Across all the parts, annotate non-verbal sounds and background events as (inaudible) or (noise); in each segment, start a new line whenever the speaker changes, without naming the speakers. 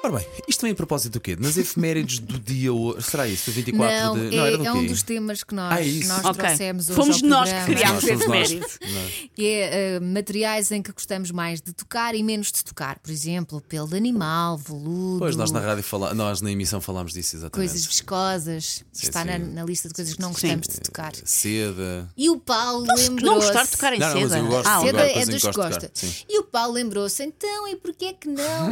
Ora bem, isto vem a propósito do quê? Nas efemérides do dia. o- Será isso? O 24
Não,
de.
é,
era do
é
quê?
um dos temas que nós,
Ah, é isso.
nós
Ok.
trouxemos hoje.
Fomos
ao
nós que
programa.
criámos.
Nós somos nós.
efemérides.
Não.
É eh, materiais em que gostamos mais de tocar e menos de tocar. Por exemplo, pelo de animal, veludo.
Pois nós na rádio falá nós na emissão falámos disso exatamente.
Coisas viscosas. Está na,
sim.
na lista de coisas que não gostamos de tocar.
Eh, Seda.
E o Paulo lembrou-se.
Então, Não gostar de tocar em
Não, não, mas
seda.
eu gosto de
Ah,
tocar.
Seda
Agora,
é
depois
dos que
encosto de
gosta.
tocar, sim.
E o Paulo lembrou-se, então, e porquê é que
(laughs)
não?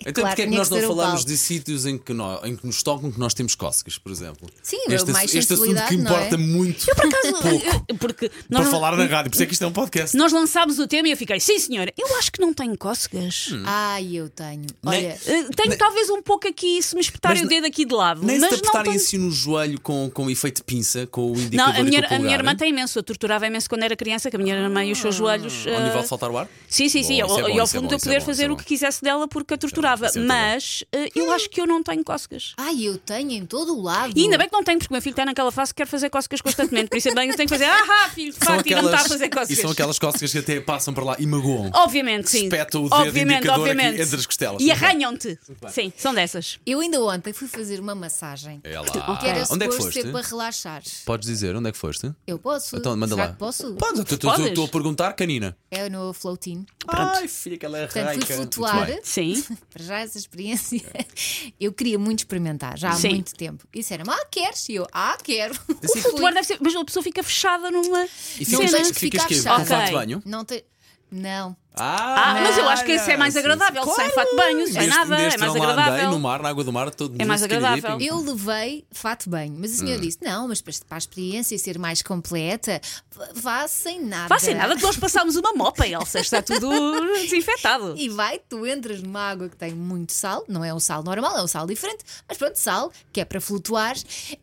Então
Claro,
porque é que
tinha
nós
ser
não
um
o
falamos
Paulo.
de sítios em que, nós, em que nos tocam que nós temos cócegas, por exemplo?
Sim,
este,
mais
este assunto que
sensibilidade, não é?
importa muito pouco
Eu-
(laughs)
Porque
para
nós,
falar na rádio, por isso é que isto é um podcast.
nós lançámos o tema e eu fiquei, sim senhora, eu acho que não tenho cócegas.
Hum.
Ai, eu tenho.
Nem-
Olha,
Eh, Tenho talvez um pouco aqui, se me espetarem
Mas
o dedo aqui de lado.
Nem
mas
se te
não
apertarem
tenho...
assim no joelho com, com efeito de pinça, com o
Não,
indicador e com o
a minha, a minha
polegar, né?
irmã
hein?
tem imenso. Eu torturava imenso quando era criança, que a minha irmã e os seus joelhos.
Ao
eh,
nível de saltar o ar?
Sim, sim, sim.
Bom, isso é
Eu-
bom,
e ao
isso é
fundo
bom,
de eu
isso é
poder
bom,
fazer
isso é
o
bom.
que quisesse dela porque a torturava.
isso é muito bom.
Mas eh, eu acho que eu não tenho cócegas.
ai, eu tenho em todo o lado.
E ainda bem que não tenho, porque o meu filho está naquela fase que quer fazer cócegas constantemente. Por isso é bem que eu tenho que fazer. Ah, filho, de facto, e não está a fazer
e
cócegas. Oh,
são aquelas cócegas que até passam para lá e magoam.
Obviamente, sim.
Espeta o dedo indicador aqui entre as costelas.
E arranham-te. Sim, são dessas.
Eu ainda ontem fui fazer uma massagem.
É lá.
Que era
Onde é que
suposto
foste?
ser para relaxar.
Podes dizer onde é que foste?
Eu posso?
Então manda
Será
lá.
que posso?
Podes, eu
Podes.
estou a perguntar, canina.
É no floating.
Ai, filha, aquela é
Ah, Portanto, fui
raica.
flutuar.
Muito bem.
Sim.
(laughs) Para já essa experiência (laughs) eu queria muito experimentar, já há
Sim.
muito tempo. E disseram-me, ah, queres? E eu, ah, quero.
(laughs) Assim,
O ar deve ser. Mas a pessoa fica fechada numa.
E
Não
ficas,
tens
cena.
que
ficas
ficar
quê?
fechado.
Com fato de
Ok.
banho?
Não te... Não.
Ah, mas eu acho que isso é mais
sim, sim.
agradável, sem
Claro.
fato de banho, sem
Neste-
nada, é
neste
mais
verão lá
agradável.
Andei no mar, na água do mar, todo
É mais agradável.
Eu...
Eu levei fato de banho, mas a
Hum.
senhora disse, não, mas para para a experiência ser mais completa, v- vá sem nada.
Vá sem nada, que nós passámos uma mopa, Elsa. Está tudo
(laughs)
desinfetado.
E vai, tu entras numa água que tem muito sal, não é um sal normal, é um sal diferente, mas pronto, sal, que é para flutuar,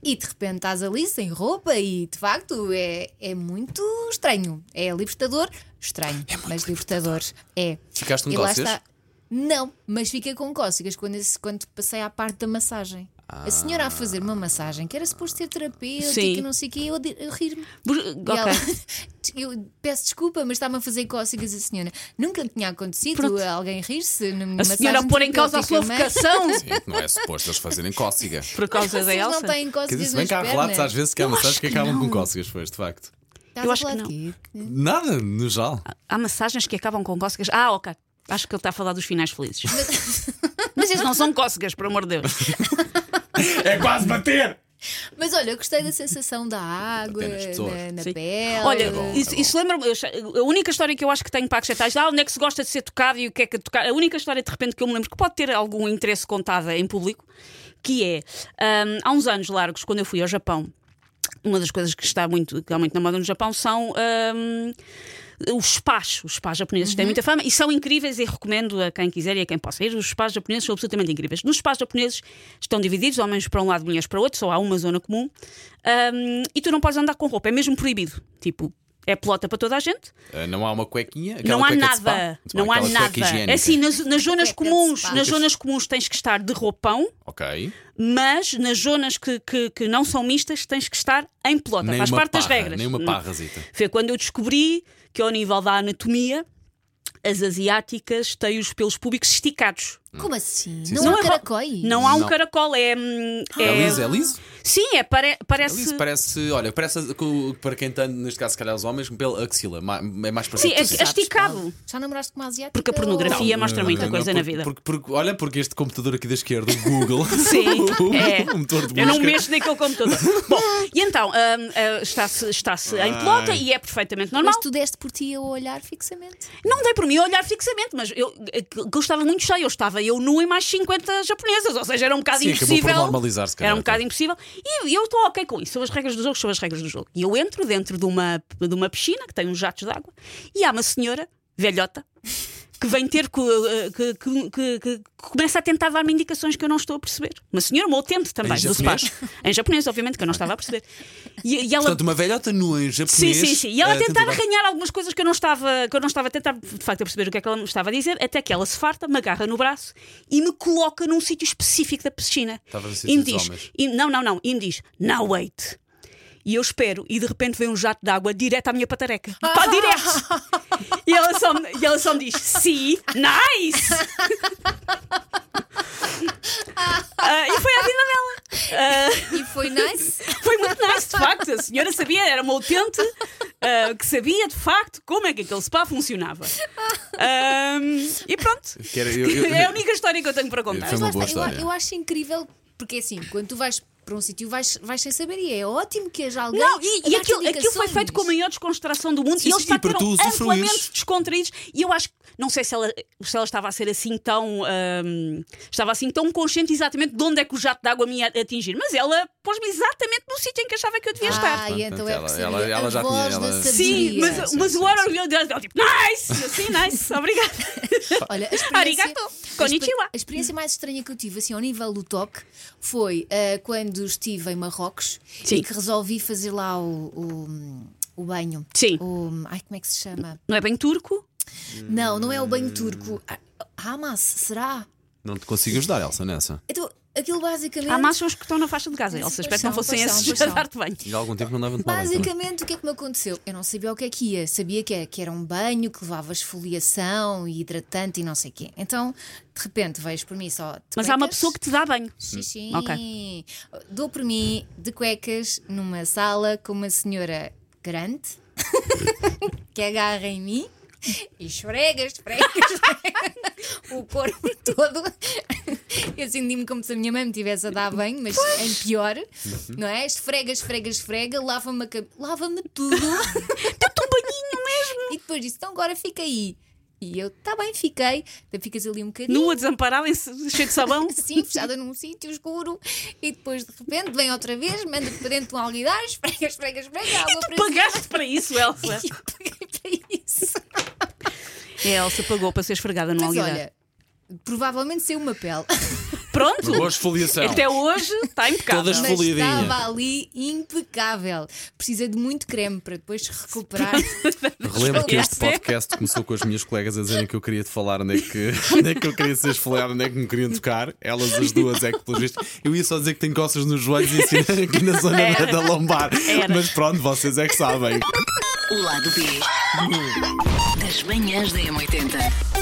e de repente estás ali sem roupa, e de facto é, é muito estranho. É libertador, estranho, mas libertador. É.
Ficaste com
E lá
cócegas?
está. Não, mas fiquei com cócegas quando, esse- quando passei à parte da massagem. A senhora a fazer uma massagem que era suposto ser terapêutica
Sim.
e não sei o quê, eu, a di- a rir-me.
Bur-
E
ok.
ela, (laughs) eu peço desculpa, mas está-me a fazer cócegas a senhora. Nunca tinha acontecido
Pronto.
alguém rir-se numa
A senhora
massagem
pôr em causa a sua
terapêutica, mas-
vocação
Não é suposto eles fazerem cócega.
por causa
(laughs)
da
Vocês não têm
Elsa.
Quer dizer,
cócegas
se bem
nas
que há relatos às
pernas.
vezes que há
Eu
massagens
acho
que
que
acabam
não.
com cócegas, pois, de facto.
Estás
Eu
a
acho que
falar
não.
de quê?
Nada, no geral.
Há massagens que acabam com cócegas. Ah, ok. Acho que ele está a falar dos
(laughs)
finais felizes. Mas esses não são cócegas, por amor de Deus.
É quase bater!
Mas olha, eu gostei da sensação da água
Apenas pessoas.
na, na
Sim.
pele.
Olha,
bom, é
isso,
bom.
isso lembra-me. eu cha- A única história que eu acho que tenho para acrescentar é ah, onde é que se gosta de ser tocado e o que é que tocar. A única história, de repente, que eu me lembro que pode ter algum interesse contada em público, que é hum, há uns anos largos, quando eu fui ao Japão, uma das coisas que está muito, que há muito na moda no Japão são. hum, os spas, os spas japoneses
Uhum.
têm muita fama e são incríveis e recomendo a quem quiser e a quem possa ir. Os spas japoneses são absolutamente incríveis. Nos spas japoneses estão divididos, homens para um lado, mulheres para o outro, só há uma zona comum Ahm, e tu não podes andar com roupa, é mesmo proibido. Tipo, é pelota para toda a gente,
Ah, Não há uma cuequinha?
não há
cueca de spa?
nada,
Muito bem,
não há
aquela cueca
nada.
higiênica.
Assim, nas, nas zonas
Cueca de
comuns,
spa.
nas zonas comuns tens que estar de roupão,
Ok.
mas nas zonas que, que, que não são mistas tens que estar em pelota.
Nem
Faz
uma
parte das
parra,
regras. Hum.
Nem uma parrasita.
Foi quando eu descobri que, ao nível da anatomia, as asiáticas têm os pelos públicos esticados.
Como assim?
Sim,
não
sim.
há
Não é ro-
caracóis?
Não há um
Não.
caracol, é. hum,
É liso,
é-
é liso?
Sim, é, pare-
É liso, parece. Olha, parece que- para quem está, neste caso, se calhar os homens, pela axila. ma- É mais para
Sim,
cima.
é- é esticado.
Já namoraste com uma asiática?
Porque a pornografia é mostra muita coisa na
porque-
vida.
porque- porque- olha, porque este computador aqui da esquerda, o Google,
(laughs) Sim,
(laughs) o,
é.
o motor de busca.
Eu não mexo
(laughs)
naquele computador. Bom, e então, hum, hum, está-se está-se em pelota e é perfeitamente
Ou...
normal.
Mas tu deste por ti a olhar fixamente.
Não dei por mim a olhar fixamente, mas eu, eh, que- que eu estava muito cheio. Eu estava eu nu e mais 50 japonesas, ou seja, era um bocado
Sim, acabou por
impossível.
normalizar, se calhar,
era um bocado
até.
impossível. E eu estou ok com isso. São as regras do jogo, são as regras do jogo. E eu entro dentro de uma, de uma piscina que tem uns jatos de água e há uma senhora, velhota, que vem ter co- eh, que, que- que- que começa a tentar dar-me indicações que eu não estou a perceber. Uma senhora, uma utente também,
Em
do spa.
japonês?
Em japonês, obviamente, que eu não estava a perceber. E, e ela
Portanto, uma velhota nua em
Sim,
japonês.
sim, sim. E ela
eh,
tentar
tentou-
arranhar algumas coisas que eu não estava, que eu não estava a tentar, de facto, a perceber o que é que ela me estava a dizer, até que ela se farta, me agarra no braço e me coloca num sítio específico da piscina.
Estava no sítio
E me
dos
diz,
homens.
e- não, não, não, e me diz, now wait. E eu espero, e de repente vem um jato de água direto à minha patareca. Pá, direto! E ela só me, e ela só me diz: sim, nice! Ah, e foi a vida dela.
E foi (laughs) nice.
Foi muito nice, de facto. A senhora sabia, era uma utente ah, que sabia, de facto, como é que aquele spa funcionava. Ahm, e pronto.
Quero- eu- eu-
É a única história que eu tenho para contar.
Foi
Mas
É uma
lá
boa
está, eu a-
história.
Eu, acho incrível, porque assim, quando tu vais para um sítio, vais, vais sem saber e é ótimo que haja alguém.
Não, e, e
a dar-te
aquilo, aquilo foi
indicações.
feito com a maior descontração do mundo
Sim,
e eles
sim, e para
estavam
tu usufruires.
amplamente descontraídos. E eu acho que não sei se ela, se ela estava a ser assim tão ahm, estava assim tão consciente exatamente de onde é que o jato de água me ia atingir, mas ela pôs-me exatamente no sítio em que achava que eu devia
Ah,
estar.
e então é
Ela-
perceber
ela- ela
a
já tinha-
voz da
ela-
sabedoria.
Sim, mas,
Sim,
mas
sim,
o ar orgulhoso dela, ela, tipo, nice, assim, (laughs) nice, obrigada.
Olha, a experiência,
Arigato.
a experi-
Konnichiwa.
A experiência mais estranha que eu tive, assim, ao nível do toque, foi ah, quando estive em Marrocos
Sim.
e que resolvi fazer lá o, o, o banho.
Sim.
O, ai, como é que se chama?
Não é bem turco?
Não, não é o banho turco. Ah, Hamas, será?
Não te consigo ajudar, Elsa, nessa.
Então, aquilo basicamente.
Há massas que estão na faixa de Gaza, Elsa. Espero que não
Pois são,
fossem
pois são,
esses
pois
a
são.
dar-te bem.
E há algum tempo não então. dava de palavra também.
Basicamente, o que é que me aconteceu? Eu não sabia o que é que ia. Sabia que era, que era um banho, que levava esfoliação e hidratante e não sei o quê. Então, de repente, vejo por mim só. de
Mas há uma
cuecas.
pessoa que te dá bem.
Sim, sim.
Ok.
Dou por mim de cuecas numa sala com uma senhora grande (laughs) que agarra em mim e esfrega, esfrega, esfrega o corpo todo. Eu senti-me como se a minha mãe me tivesse a dar bem, mas em pior, não é? Esfrega, esfrega, esfrega, lava-me a cabe- lava-me tudo. Tanto um banhinho mesmo. E depois disse: então agora fica aí. E eu, tá bem, fiquei. Então ficas ali um bocadinho.
Nua, desamparada, em- cheia
(laughs)
de sabão.
Sim, fechada num sítio escuro e depois de repente vem outra vez, manda para dentro de um alguidar, esfrega, esfrega, esfrega, água para
Pagaste para
(laughs)
isso, Elsa.
E eu paguei para isso.
É, Elsa pagou para ser esfregada
Um
no
Mas
alguidar.
olha, provavelmente saiu
(laughs)
uma pele,
Pronto,
Boa esfoliação.
até hoje está impecável.
Todas-
mas
Esfoliadinha.
estava ali impecável. Precisa de muito creme para depois recuperar.
(laughs) Relembro que este
Esfoliação.
podcast começou com as minhas colegas a dizerem que eu queria te falar onde é que, (laughs) onde é que eu queria ser esfoliado, onde é que me queriam tocar. Elas, as duas, é que, pelo visto, eu ia só dizer que tenho costas nos joelhos e assim aqui na zona
Era.
da lombar.
Era.
Mas pronto, vocês é que sabem.
O lado B das manhãs da M80.